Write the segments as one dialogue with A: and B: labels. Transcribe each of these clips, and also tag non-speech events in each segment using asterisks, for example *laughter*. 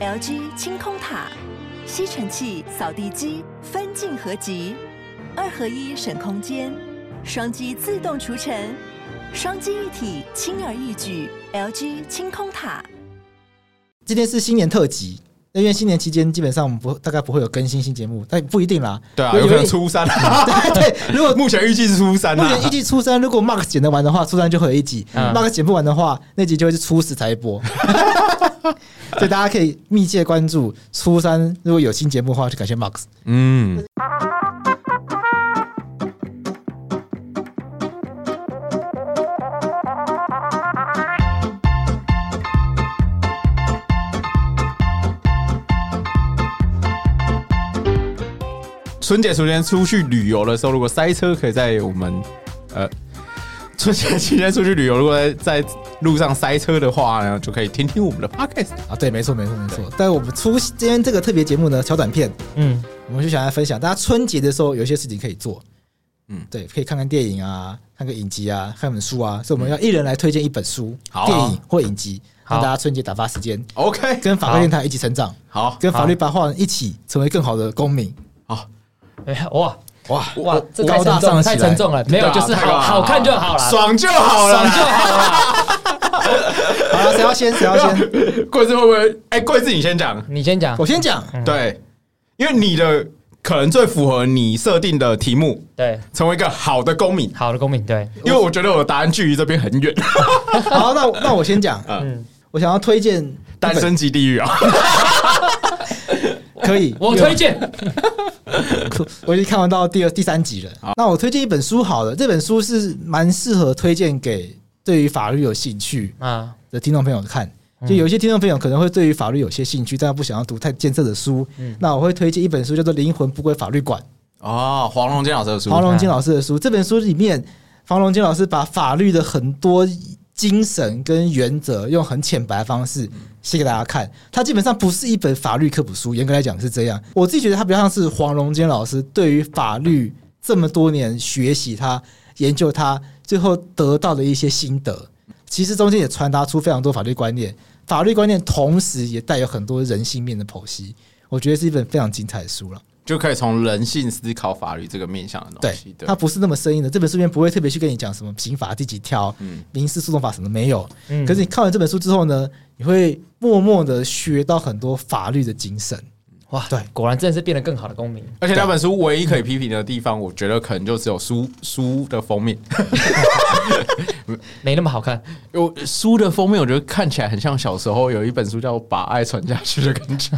A: LG 清空塔、吸尘器、扫地机分镜合集，二合一省空间，双击自动除尘，双击一体轻而易举。LG 清空塔。
B: 今天是新年特辑，那因为新年期间基本上我们不大概不会有更新新节目，但不一定啦。
C: 对啊，有可
B: 点
C: 能初三啊。
B: 对 *laughs* 对，如果
C: *laughs* 目前预计是初三
B: 目
C: 啊
B: 前。一季初三，如
C: *laughs*
B: 果 Max 剪得完的话，初三就会有一集、
C: 嗯
B: m a x 剪不完的话，那集就会是初十才
C: *laughs*
B: 播。所以大家可以密切关注初三，如果有新节目的话，就感谢 Max。
C: 嗯，春节期间出去旅游的时候，如果塞车，可以在我们呃春节期间出去旅游，如果在在路上塞车的话呢，就可以听听我们的 podcast。
B: 啊，对，没错，没错，没错。但我们出今天这个特别节目呢，小短片，
D: 嗯，
B: 我们就想来分享，大家春节的时候有一些事情可以做，
C: 嗯
B: 嗯，对，可以看看电影啊，看个影集啊，看本书啊，所以我们要一人来推荐一本书、
C: 好
B: 电影或影集，
D: 嗯啊好
B: 让大家春节打发时间，
C: OK，
B: 跟法律电台一起成长，
C: 好
B: 跟法律白话文一起成为更好的公民。
C: 好，
D: 哎呀哇
B: 哇，
D: 哇，这太
B: 高大
D: 沉重
B: 上
D: 了，
B: 起来
D: 太沉重了，没有，
C: 对啊
D: 就是
C: 太高了
D: 好好看就好了，
C: 爽就好了
D: 爽
C: 啦。
D: 就好了。
B: 好了，谁要先？谁要
D: *laughs*
B: 先？
C: *laughs* 贵子会不会？哎，贵子你先讲。
D: 你先讲
B: 我，先讲。
C: 对，因为你的可能最符合你设定的题目，
D: 对，
C: 成为一个好的公民。
D: 好的公民，对，
C: 因为我觉得我的答案距离这边很
D: *laughs*
C: 远，
B: 好，那那我先讲。
D: 嗯，
B: 我想要推荐
C: 单身级地狱啊！
B: 可以，
D: *laughs* 我推荐，
B: *laughs* 我已经看完到第二、第三集了。那我推荐一本书好了，这本书是蛮适合推荐给对于法律有兴趣
D: 啊，
B: 的听众朋友看。就有一些听众朋友可能会对于法律有些兴趣，但不想要读太艰涩的书。那我会推荐一本书，叫做《灵魂不归法律馆
C: 哦，黄龙坚老师的》，书
B: 黄龙坚老师的书。这本书里面，黄龙坚老师把法律的很多精神跟原则，用很浅白的方式写给大家看。它基本上不是一本法律科普书，严格来讲是这样。我自己觉得它比较像是黄龙坚老师对于法律这么多年学习它、研究它，最后得到的一些心得。其实中间也传达出非常多法律观念，法律观念同时也带有很多人性面的剖析。我觉得是一本非常精彩的书了。
C: 就可以从人性思考法律这个面向的东
B: 对
C: 西。，
B: 它不是那么生硬的。这本书里面不会特别去跟你讲什么刑法第几条、
C: 嗯
B: 民事诉讼法什么没有。
D: 嗯
B: 可是你看完这本书之后呢，你会默默的学到很多法律的精神。
D: 哇，
B: 对
D: 果然真的是变得更好的公民，
C: 而且那本书唯一可以批评的地方，我觉得可能就只有书书的封面。
D: 没那么好看，
C: 有书的封面，我觉得看起来很像小时候有一本书叫《把爱传下去》的感觉。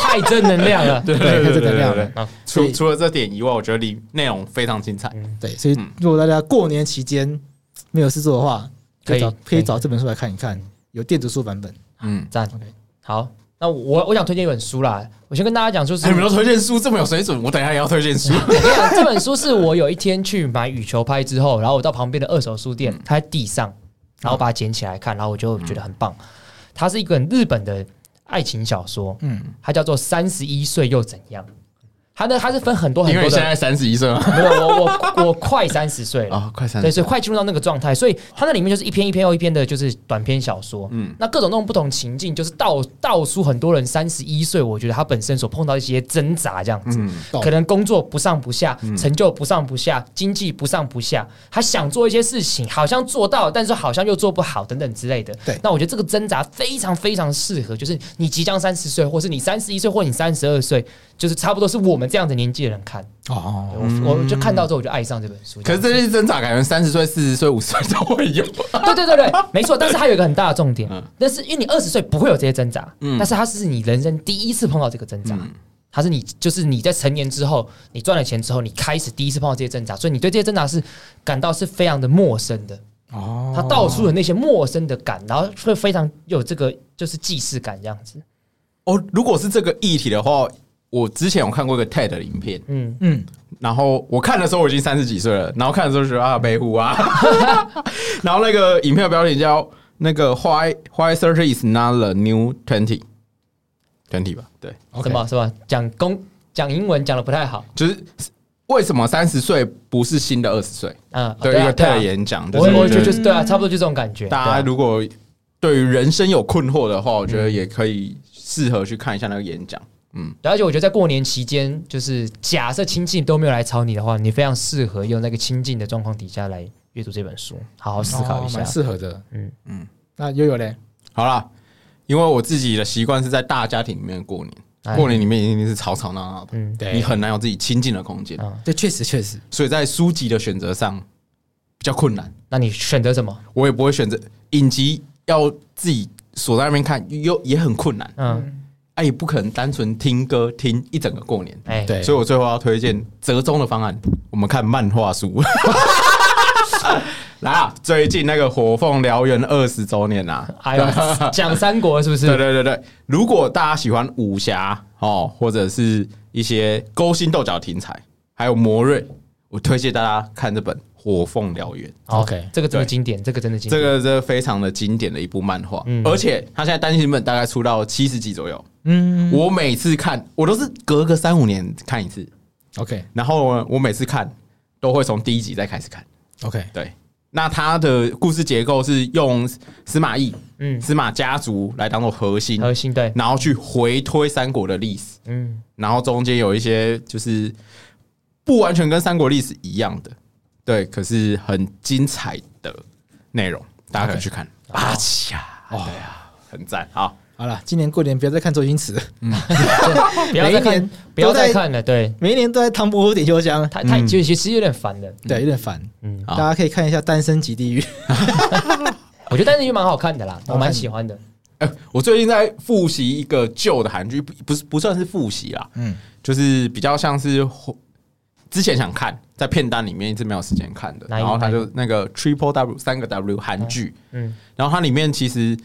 D: 太正能量了。
C: *laughs* 对
B: 对太正能量了
D: 啊
B: 所
C: 除
B: 以
C: 除了这点以外，我觉得里内容非常精彩。
B: 对，所以如果大家过年期间没有事做的话，可以找
D: 可以
B: 可以找这本书来看一看，有电子书版本。
C: 嗯，
D: 赞
B: OK。
D: 好，那我我想推荐一本书啦，我先跟大家讲，就是
C: 哎你们都推荐书这么有水准，我等一下也要推荐
D: *laughs*
C: 书。
D: 我跟你讲，这本书是我有一天去买羽球拍之后，然后我到旁边的二手书
C: 嗯
D: 店，它在地上，然后把它捡起来看，然后我就觉得很棒。它是一本日本的爱情小说，嗯，它叫做《三十一岁又怎样》。它呢，它是分很多很
C: 因为
D: 多
C: 你现
D: 的，
C: 在三十一岁嘛，
D: 没有我我我快三十岁了，
C: 啊，快三
D: 对，
C: 十岁
D: 所以，快进入到那个状态，所以它那里面就是一篇一篇又一篇的，就是短篇小说。嗯
C: 嗯，
D: 那各种那种不同情境，就是道道出很多人三十一岁，我觉得他本身所碰到一些挣扎这样子，
C: 嗯
B: 懂
D: 可能工作不上不下，成就不上不下，经济不上不下，他想做一些事情，好像做到，但是好像又做不好等等之类的。
B: 对
D: 那我觉得这个挣扎非常非常适合，就是你即将三十岁，或是你三十一岁，或你三十二岁，就是差不多是我们这样的年纪的人看。
B: 哦，
D: 对我我就看到之后，我就爱上这本书。
C: 可是这些挣扎，感觉三十岁、四十岁、五十岁都会有。
D: 哦对对对对，没错。但是它有一个很大的重点，但是因为你二十岁不会有这些挣扎，但是它是你人生第一次碰到这个挣扎。它是你，就是你在成年之后，你赚了钱之后，你开始第一次碰到这些挣扎，所以你对这些挣扎是感到是非常的陌生的。
B: 哦
D: 它道出了那些陌生的感，然后会非常有这个就是既视感这样子。
C: 哦，如果是这个议题的话，我之前有看过一个 TED 的影片，
D: 嗯，
B: 嗯，
C: 然后我看的时候我已经三十几岁了，然后看的时候就觉得啊， *laughs* 北湖啊，然后那个影片的标题叫那个 Why Why Thirty is not the new twenty twenty 吧？对，
D: 什么什么讲公讲英文讲的不太好，
C: 就是为什么三十岁不是新的二十岁？
D: 嗯，
C: 对，一
D: 啊
C: 个
D: 对
C: TED
D: 啊
C: 演讲，
D: 我我
C: 觉
D: 觉得
C: 得
D: 就是对啊，差不多就这种感觉。嗯
C: 大家
D: 对啊
C: 如果对于人生有困惑的话，我觉得也可以适合去看一下那个演讲。嗯，
D: 对而且我觉得在过年期间，就是假设亲近都没有来吵你的话，你非常适合用那个亲近的状况底下来阅读这本书，好好思考一下
B: 蛮。适合的。嗯
D: 嗯
B: 嗯，那悠悠嘞？
C: 好啦，因为我自己的习惯是在大家庭里面过
D: 哎
C: 年，过年里面一定是吵吵闹闹的，
D: 嗯，
B: 对
C: 你很难有自己亲近的空间，
D: 嗯
B: 对，确实确实，
C: 所以在书籍的选择上比较困难。
D: 那你选择什么？
C: 我也不会选择影集，要自己锁在那边看，又也很困难。
D: 嗯，
C: 哎、也不可能单纯听歌听一整个过年，
D: 哎，
B: 对，
C: 所以我最后要推荐折中的方案，我们看漫画书。 *laughs* 来啊，最近那个《火凤燎原》二十周年啊啦、
D: 哎呦，讲三国是
C: *laughs*
D: 不
C: 对
D: 是？
C: 对对对，如果大家喜欢武侠哦，或者是一些勾心斗角题材，还有魔瑞，我推荐大家看这本《火凤燎原》。
D: 好
B: OK
D: 这个真的
C: 对
D: 经典，这个真的经
C: 这
D: 典。
C: 个这非常的经典的一部漫画，
D: 嗯
C: 而且它现在单行本大概出到七十集左右。
B: 嗯
C: 我每次看，我都是隔个三五年看一次，
B: ，OK
C: 然后呢我每次看都会从第一集再开始看。
B: OK，
C: 对，那它的故事结构是用司马懿、
D: 嗯，
C: 司马家族来当做核心，
D: 核心对，
C: 然后去回推三国的历史，
D: 嗯，
C: 然后中间有一些就是不完全跟三国历史一样的，对，可是很精彩的内容，大家可以去看。
D: 哦
C: 八起啊，对啊，很赞啊！
B: 好了，今年过年不要再看周星驰了，
D: 不要再
B: 每一
D: 看
B: 年，
D: 不要
B: 都在
D: 再看了，对。
B: 每一年都在唐伯虎点秋香，
D: 太
C: 嗯
D: 太其实其实有点烦的，
B: 对，有点烦。
D: 嗯，
C: 好
B: 大家可以看一下《单身即地狱》，
D: 我觉得《单身剧》蛮好看的啦，
B: 好看
D: 我蛮喜欢的。
C: 哎，我最近在复习一个旧的韩剧，不不是不算是复习啦，
B: 嗯
C: 嗯，就是比较像是之前想看，在片单里面一直没有时间看的，
D: 哪一
C: 然后它
D: 哪一
C: 就那个 Triple W 三个 W 韩剧，
D: 嗯
C: 然后它里面其实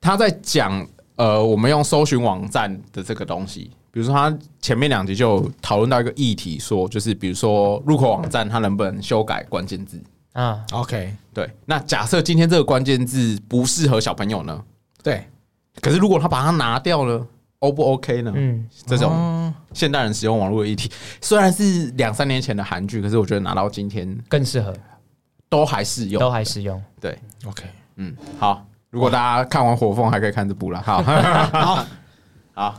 C: 它在讲呃，我们用搜寻网站的这个东西，比如说它前面两集就有讨论到一个议题说就是比如说入口网站它能不能修改关键字？
D: 啊，
B: OK，
C: 对，那假设今天这个关键字不适合小朋友呢？
B: 对，
C: 可是如果他把它拿掉了，O 不 OK 呢？
D: 嗯，
C: 这种
B: 哦
C: 现代人使用网络的议题，虽然是两三年前的韩剧，可是我觉得拿到今天
D: 更适合，
C: 都还适用
D: 都。还适用。
C: 对，
B: OK，
C: 嗯，好，如果大家看完《火凤》还可以看这部了，
D: *laughs*
C: 好，
B: 好，
C: 好。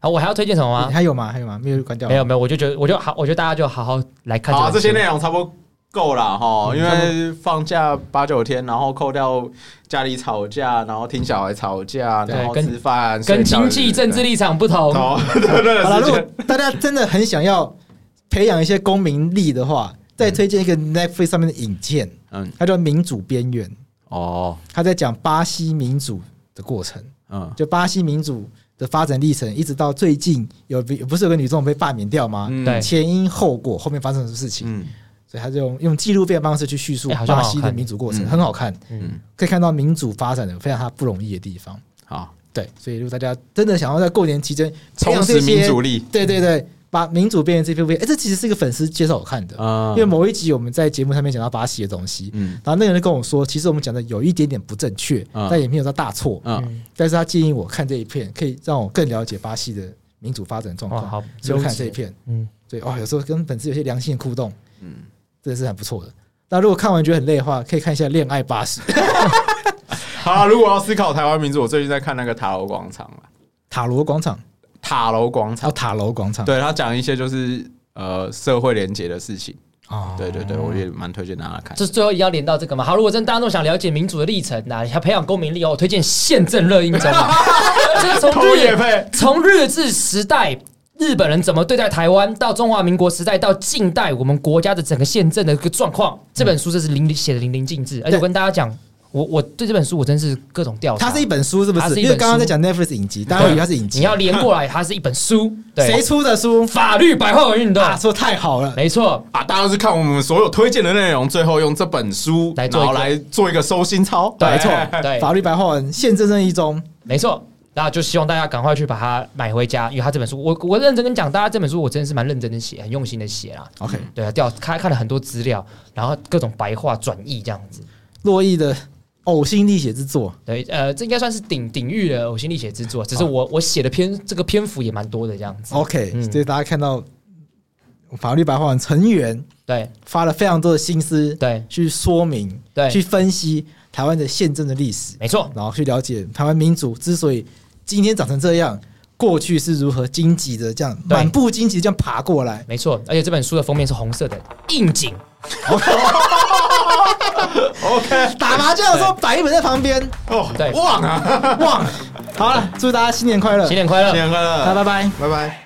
D: 好，我还要推荐什么吗？
B: 还有吗？还有吗？没有关掉？
D: 没有，没有，我就觉得我就好，我觉得大家就好好来看嗯
C: 好、啊
D: 本
C: 这些
D: 书
C: 内容差不多够了哈，因为放假八九天，然后扣掉家里吵架，然后听小孩吵架，
D: 对
C: 然后
D: 跟
C: 吃饭，
D: 跟
C: 睡觉
D: 经济政治。立场不
C: 对
D: 同，
C: 哦， *laughs* 对对对，
B: 好了，
C: 是
B: 如
C: 这
B: 果
C: 样
B: 大家真的很想要培养一些公民力的话，再推荐一个 Netflix 上面的影片，
C: 嗯，
B: 它叫《民主边缘》，
C: 哦，
B: 它在讲巴西民主的过程，
C: 嗯，
B: 就巴西民主的发展历程，一直到最近有不是有个女总统被罢免掉吗？
C: 嗯
D: 对
B: 前因后果，后面发生了什么事情？
C: 嗯，
B: 所以他就用用纪录片方式去叙述
D: 哎好像
B: 巴
D: 蛮好
B: 西的
D: 看的
B: 民主过程，
C: 嗯
B: 很好看，
D: 嗯
B: 可以看到民主发展的非常它不容易的地方。
C: 好，
B: 对，所以如果大家真的想要在过年期间培
C: 充
B: 养
C: 实
B: 这
C: 民
B: 些
C: 主力，
B: 对对对，把民主变成 c p 哎，这其实是一个粉丝介绍我看的，
C: 嗯
B: 因为某一集我们在节目上面讲到巴西的东西，
C: 嗯
B: 然后那个人跟我说，其实我们讲的有一点点不正确，
C: 嗯
B: 但也没有到大错，
C: 嗯，
D: 嗯，
B: 但是他建议我看这一片，可以让我更了解巴西的民主发展状
C: 哦
D: 哇，
B: 况，
D: 好
B: 所以我看
D: 优质
B: 这一片，
D: 嗯，
B: 对，哦哇，有时候跟粉丝有些良性的互动，嗯，真的是很不错的。那如果看完觉得很累的话，可以看一下《恋爱巴士》 *laughs*
C: 好啊，如果要思考台湾民主，我最近在看那个塔楼广场了，
B: 塔罗广场，
C: 塔楼广
B: 还有
C: 场，
B: 塔楼广场，
C: 对他讲一些就是呃社会连结的事情，
B: 哦
C: 对对对，我也蛮推荐大家看。
D: 这最后也要连到这个嘛。好，如果真的大家都想了解民主的历程呐，想培养公民力哦，我推荐《宪政热映中》啊，
B: *laughs*
D: 这是从
C: 偷
D: 日
C: 野配，
D: 从日治时代日本人怎么对待台湾，到中华民国时代，到近代我们国家的整个宪政的一个状况，这本书这是淋漓写的淋漓尽致。而且我跟大家讲，我我对这本书我真是各种调查。
B: 它是一本书，是不
D: 它
B: 是？
D: 是一本
B: 因为刚刚在
D: 书
B: 讲 Netflix 影集，大家会以为它是影集。
D: 你要连过来，它是一本书，
B: 谁
D: 对，
B: 出的书？ *laughs*
D: 法律白话文运动，
B: 啊，说太好了，
D: 没错，
C: 啊，大家是看我们所有推荐的内容，最后用这本书
D: 来
C: 然
D: 做一
C: 后
D: 个
C: 来做一个收心操，
D: 对
B: 没错
D: 对
B: 法律白话文，宪政正义中，
D: 没错。那就希望大家赶快去把它买回家，因为它这本书，我我认真跟你讲，大家这本书我真的是蛮认真的写，很用心的写啦。
B: OK
D: 对啊，调看看了很多资料，然后各种白话转译这样子。
B: 洛邑的呕心沥血之作。
D: 对，呃，这应该算是鼎鼎域的呕心沥血之作，只是我、我写的篇这个篇幅也蛮多的这样子。
B: OK，、
D: 嗯
B: 所以大家看到法律白话文成员
D: 对
B: 花了非常多的心思
D: 对
B: 去说明、
D: 对
B: 去分析台湾的宪政的历史，
D: 没错，
B: 然后去了解台湾民主之所以今天长成这样，过去是如何荆棘的这样
D: 对
B: 满布荆棘地这样爬过来。
D: 没错，而且这本书的封面是红色的，应景。
C: OK，
B: 打麻将的时候摆一本在旁边，
C: *laughs* 哦，
D: 对
C: 忘啊，
B: 忘了。好了，祝大家新年快乐，
D: 新年快乐！
C: 新年快乐，
B: 拜拜拜。
C: 拜拜。